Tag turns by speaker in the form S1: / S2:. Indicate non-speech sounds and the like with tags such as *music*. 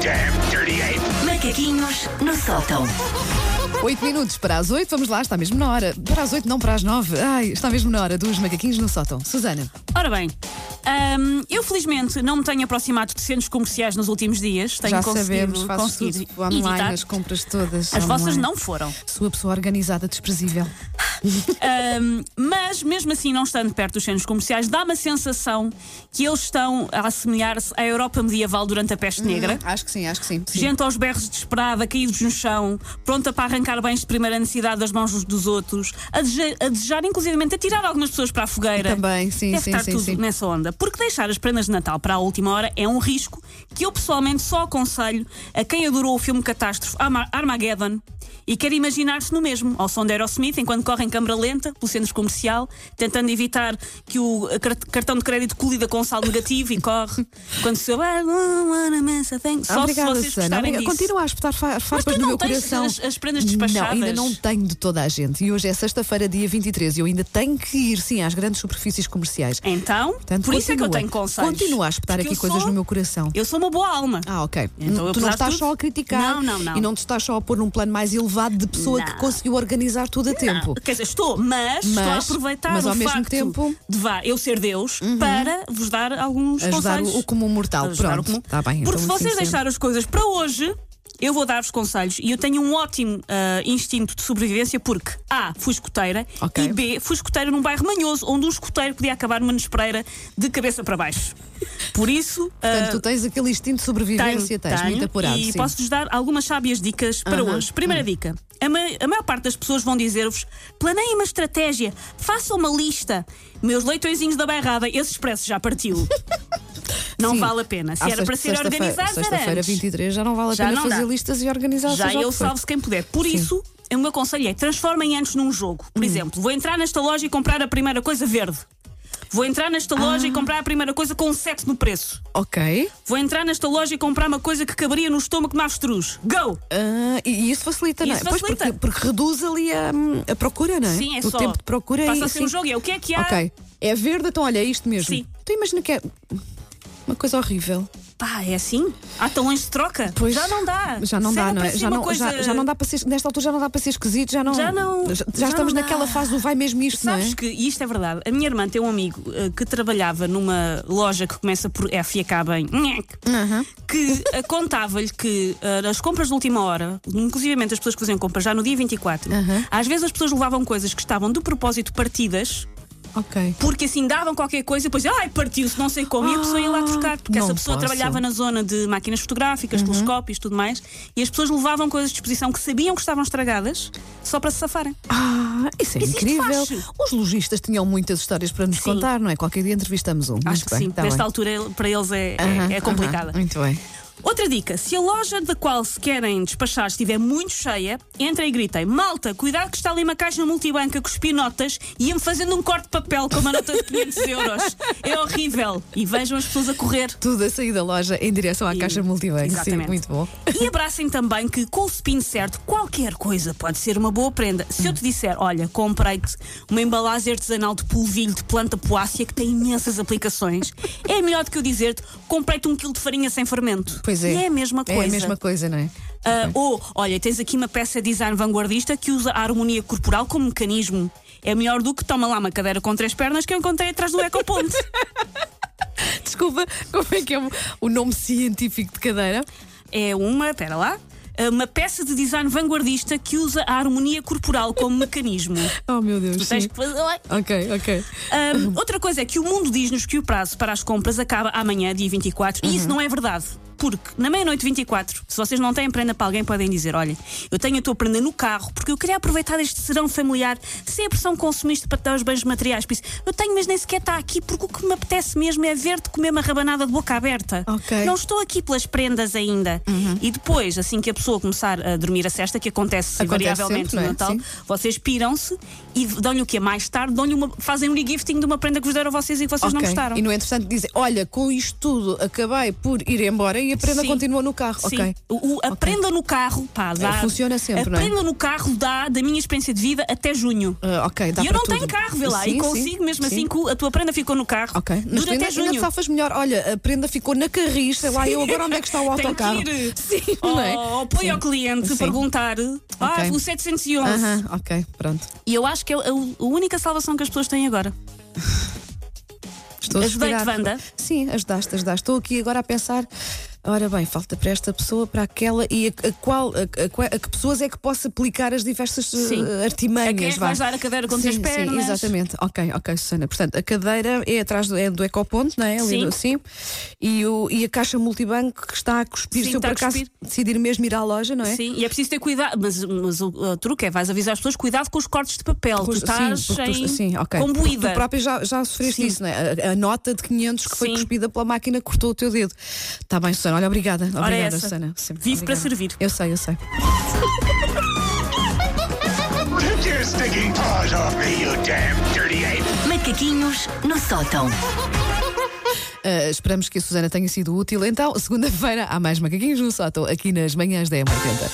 S1: damn dirty ape!
S2: Macaquinhos no sótão.
S3: 8 minutos para as 8, vamos lá, está mesmo na hora. Para as 8, não para as 9. Ai, está mesmo na hora dos macaquinhos no sótão. Susana,
S4: Ora bem, ahm, eu felizmente não me tenho aproximado de centros comerciais nos últimos dias. Tenho
S3: já
S4: conseguido,
S3: sabemos, fazes
S4: conseguido
S3: tudo online,
S4: evitar.
S3: as compras todas.
S4: As
S3: online.
S4: vossas não foram.
S3: Sua pessoa organizada, desprezível.
S4: Ahm, Hum, mas, mesmo assim, não estando perto dos centros comerciais, dá-me a sensação que eles estão a assemelhar-se à Europa medieval durante a
S3: Uhum.
S4: peste negra.
S3: Ah, Acho que sim, acho que sim. sim.
S4: Gente aos berros desesperada, caídos no chão, pronta para arrancar bens de primeira necessidade das mãos uns dos outros, a desejar, a desejar inclusivamente, atirar algumas pessoas para a fogueira.
S3: Também, sim,
S4: Deve
S3: sim,
S4: estar
S3: sim,
S4: tudo
S3: sim.
S4: nessa onda. Porque deixar as prendas de Natal para a última hora é um risco que eu pessoalmente só aconselho a quem adorou o filme Catástrofe Ama- Armageddon e quer imaginar-se no mesmo, ao som de Aerosmith, enquanto corre em câmara lenta pelo centro comercial, tentando evitar que o eh, car- cartão de crédito colida com um saldo negativo
S3: *laughs*
S4: e corre. Quando se ouve, "I don't wanna miss a thing", só
S3: Obrigada,
S4: se vocês
S3: Susana.
S4: gostarem
S3: Obrigada.
S4: disso.
S3: Continua a espetar fa- farpas
S4: tu
S3: no
S4: não
S3: meu
S4: tens
S3: coração.
S4: as- as prendas despachadas?
S3: Não, ainda não tenho de toda a gente. E hoje é sexta-feira, dia 23, e eu ainda tenho que ir, sim, às grandes superfícies comerciais.
S4: Então,
S3: Portanto,
S4: por isso é que eu
S3: continua.
S4: tenho conselhos.
S3: Continua a espetar
S4: Porque
S3: aqui
S4: eu
S3: coisas
S4: sou-
S3: no meu coração.
S4: Eu sou uma boa alma.
S3: Ah, ok.
S4: Então,
S3: tu
S4: apesar
S3: não
S4: de
S3: estás
S4: tudo-
S3: só a criticar
S4: Não, não, não.
S3: e não te estás só a pôr num plano mais elevado de pessoa
S4: Não.
S3: que conseguiu organizar tudo a tempo.
S4: Quer dizer, estou, mas, estou a
S3: Ah, um Mas-
S4: aproveitar
S3: mas
S4: o
S3: ao mesmo
S4: facto
S3: tempo- Uhum.
S4: de vá, eu ser Deus para vos dar alguns
S3: Ajudar
S4: conselhos.
S3: o, o comum mortal.
S4: Ajudar o
S3: Pronto,
S4: comum.
S3: está bem.
S4: Porque
S3: então assim
S4: se vocês
S3: sempre.
S4: deixaram as coisas para hoje, eu vou dar-vos conselhos. E eu tenho um ótimo ah, instinto de sobrevivência porque A, fui escoteira
S3: Ok.
S4: e B, fui escoteira num bairro manhoso onde um escoteiro podia acabar numa nespreira de cabeça para baixo. Por isso,
S3: Portanto,
S4: ah,
S3: tu tens aquele instinto de sobrevivência, tens muito apurado.
S4: e
S3: sim.
S4: posso-vos dar algumas sábias dicas para
S3: Aham. Uhum.
S4: hoje. Primeira dica: a, ma- a maior parte das pessoas vão dizer-vos: planeiem uma estratégia, façam uma lista. Meus leitõezinhos da bairrada, esse expresso
S3: *laughs*
S4: já partiu. Não
S3: Sim.
S4: vale a pena. Se
S3: Ah,
S4: era para ser
S3: sexta-feira-
S4: organizado, era
S3: Sexta-feira
S4: antes.
S3: 23 já não vale a
S4: Já
S3: pena
S4: não dá.
S3: fazer listas e organizar
S4: Já
S3: seja o
S4: eu
S3: que for.
S4: salvo-se quem puder. Por isso, o meu conselho é transformem antes num jogo.
S3: Hum.
S4: Por exemplo, vou entrar nesta loja e comprar a primeira coisa verde. Vou entrar nesta loja e
S3: Ah.
S4: comprar a primeira coisa com um 7 no preço.
S3: Ok.
S4: Vou entrar nesta loja e comprar uma coisa que caberia no estômago de uma avestruz. Go!
S3: Ah, e- e isso facilita, não é?
S4: Isso
S3: Pois,
S4: facilita.
S3: porque, porque reduz ali a, a procura, não é?
S4: Sim, é
S3: o
S4: só.
S3: tempo de procura
S4: Passa
S3: e,
S4: a ser
S3: sim.
S4: um jogo. É o que é que há?
S3: Ok. É verde, então olha, é isto mesmo.
S4: Sim.
S3: Tu imagina que é uma coisa horrível.
S4: Pá, é assim? Há talões de troca?
S3: Pois,
S4: já não dá.
S3: Já não
S4: Se
S3: dá,
S4: era
S3: não
S4: para
S3: é?
S4: ser
S3: Já
S4: uma
S3: não,
S4: coisa-
S3: já, já não dá para ser, nesta altura já não dá para ser esquisito, já não.
S4: Já não-
S3: Já, já
S4: já
S3: estamos
S4: não dá.
S3: naquela fase do vai mesmo isto,
S4: Sabes
S3: não é?
S4: que, e isto é verdade, a minha irmã tem um amigo eh, que trabalhava numa loja que começa por F e acaba em nhec, que
S3: *laughs*
S4: eh, contava-lhe que eh, as compras de última hora, inclusive as pessoas que faziam compras já no dia 24,
S3: Aham.
S4: às vezes as pessoas levavam coisas que estavam de propósito partidas
S3: Ok.
S4: porque assim davam qualquer coisa e depois, ai, partiu-se, não sei como, e a pessoa ia lá trocar, porque
S3: Ah, não Uhum.
S4: essa pessoa
S3: posso.
S4: trabalhava na zona de máquinas fotográficas, telescópios e tudo mais, e as pessoas levavam coisas de exposição que sabiam que estavam estragadas só para se safarem.
S3: Ah, isso é
S4: Isso isto
S3: incrível.
S4: faz.
S3: Os lojistas tinham muitas histórias para nos
S4: Sim.
S3: contar, não é? Qualquer dia entrevistamos um.
S4: Acho
S3: Muito
S4: que
S3: bem,
S4: sim,
S3: tá
S4: nesta
S3: bem.
S4: altura ele- para eles é, é-
S3: Aham,
S4: é
S3: aham,
S4: complicada.
S3: Muito bem.
S4: Outra dica: se a loja da qual se querem despachar estiver muito cheia, entrem e gritem: Malta, cuidado que está ali uma caixa multibanca com espinotas e ia-me fazendo um corte de papel com uma nota de 500 euros. É horrível. E vejam as pessoas a correr.
S3: Tudo a sair da loja em direção à
S4: E-
S3: caixa multibanco. Sim,
S4: Exatamente.
S3: muito bom.
S4: E abracem também que com o spin certo, qualquer coisa pode ser uma boa prenda. Se eu te disser, olha, comprei-te uma embalagem artesanal de polvilho de planta poácea que tem imensas aplicações, é melhor do que eu dizer-te, comprei-te um quilo de farinha sem fermento.
S3: Pois é.
S4: E é a mesma coisa.
S3: É a mesma coisa, não é?
S4: Ah, ou, olha, tens aqui uma peça de design vanguardista que usa a harmonia corporal como mecanismo. É melhor do que toma lá uma cadeira com três pernas que eu encontrei atrás do ecoponte.
S3: Desculpa, como é que é o- o nome científico de cadeira?
S4: é uma, pera lá, é uma peça de design vanguardista que usa a harmonia corporal como mecanismo.
S3: Oh meu Deus.
S4: Tu tens
S3: Sim.
S4: que fazer.
S3: Ok, ok. Uhum.
S4: Ahm, outra coisa é que o mundo diz-nos que o prazo para as compras acaba amanhã, dia 24, e isso
S3: Uhum.
S4: não é verdade. Porque na meia-noite 24, se vocês não têm prenda para alguém, podem dizer: Olha, eu tenho a tua prenda no carro porque eu queria aproveitar este serão familiar sem a pressão consumista para te dar os bens materiais. Por isso, eu tenho, mas nem sequer está aqui porque o que me apetece mesmo é ver-te comer uma rabanada de boca aberta.
S3: Ok. Uhum.
S4: Não estou aqui pelas prendas ainda. E depois, assim que a pessoa começar a dormir a cesta, que acontece,
S3: Acontece
S4: invariavelmente
S3: sempre, não é?
S4: no Natal,
S3: Sim.
S4: vocês piram-se e dão-lhe o quê? Mais tarde, dão-lhe uma, fazem um regifting de uma prenda que vos deram a vocês e que vocês não
S3: Ok.
S4: gostaram.
S3: E não é interessante dizer, olha, com isto tudo acabei por ir embora e e a prenda
S4: Sim.
S3: continua no carro.
S4: Sim.
S3: Ok.
S4: O, o- a prenda no carro, pá, dá.
S3: funciona sempre,
S4: A
S3: não é?
S4: prenda no carro dá, da minha experiência de vida, até junho.
S3: Ah, ok, dá
S4: e eu
S3: para
S4: não tenho
S3: tudo.
S4: carro, vê lá,
S3: Sim,
S4: e
S3: sim,
S4: consigo mesmo
S3: sim.
S4: assim que a tua prenda ficou no carro.
S3: Ok, mas
S4: Dura
S3: ainda,
S4: até junho.
S3: ainda safas melhor. Olha, a prenda ficou na carris, sei lá, eu agora onde é que está
S4: *laughs*
S3: o
S4: Tem
S3: autocarro?
S4: que ir.
S3: Sim,
S4: Ou,
S3: não é?
S4: ou põe ao cliente
S3: Sim.
S4: perguntar. Ah, o 711.
S3: Aham, ok, pronto.
S4: E eu acho que é a, a única salvação que as pessoas têm agora.
S3: Estou a
S4: Ajudei-te,
S3: respirar.
S4: Wanda?
S3: Sim, ajudaste, ajudaste. Estou aqui agora a pensar. Ora bem, falta para esta pessoa, para aquela e a, a qual, a, a qua- a que pessoas é que posso aplicar as diversas eh,
S4: Sim.
S3: artimanhas?
S4: A quem é que
S3: vá.
S4: vais dar a cadeira contra
S3: sim,
S4: as pernas?
S3: Sim, exatamente. Ok, ok, Susana. Portanto, a cadeira é atrás do, é do ecoponto, não é? Ali
S4: Sim.
S3: do- sim. E, o, e a caixa multibanco que está a cuspir.
S4: Sim,
S3: se eu
S4: está
S3: por
S4: a
S3: acaso
S4: cuspir.
S3: decidir mesmo ir à loja, não é?
S4: Sim, e é preciso ter cuidado. Mas, mas o, o truque é: vais avisar as pessoas, cuidado com os cortes de papel.
S3: Pois,
S4: tu estás
S3: sim, porque tu-
S4: em-
S3: sim, ok.
S4: com
S3: Porque
S4: buída.
S3: Tu próprio já, já sofreste
S4: Sim.
S3: isso, não é? A, a nota de 500 que foi
S4: Sim.
S3: cuspida pela máquina cortou o teu dedo. Está bem, Susana. Olha, obrigada. obrigada,
S4: essa.
S3: Susana. Sim,
S4: Vive para servir.
S3: Eu sei, eu sei.
S1: Take your stinking paws off me, you damn dirty ape!
S2: Macaquinhos no sótão.
S3: Ah, esperamos que a Susana tenha sido útil. Então, segunda-feira, há mais macaquinhos no sótão aqui nas manhãs da M80.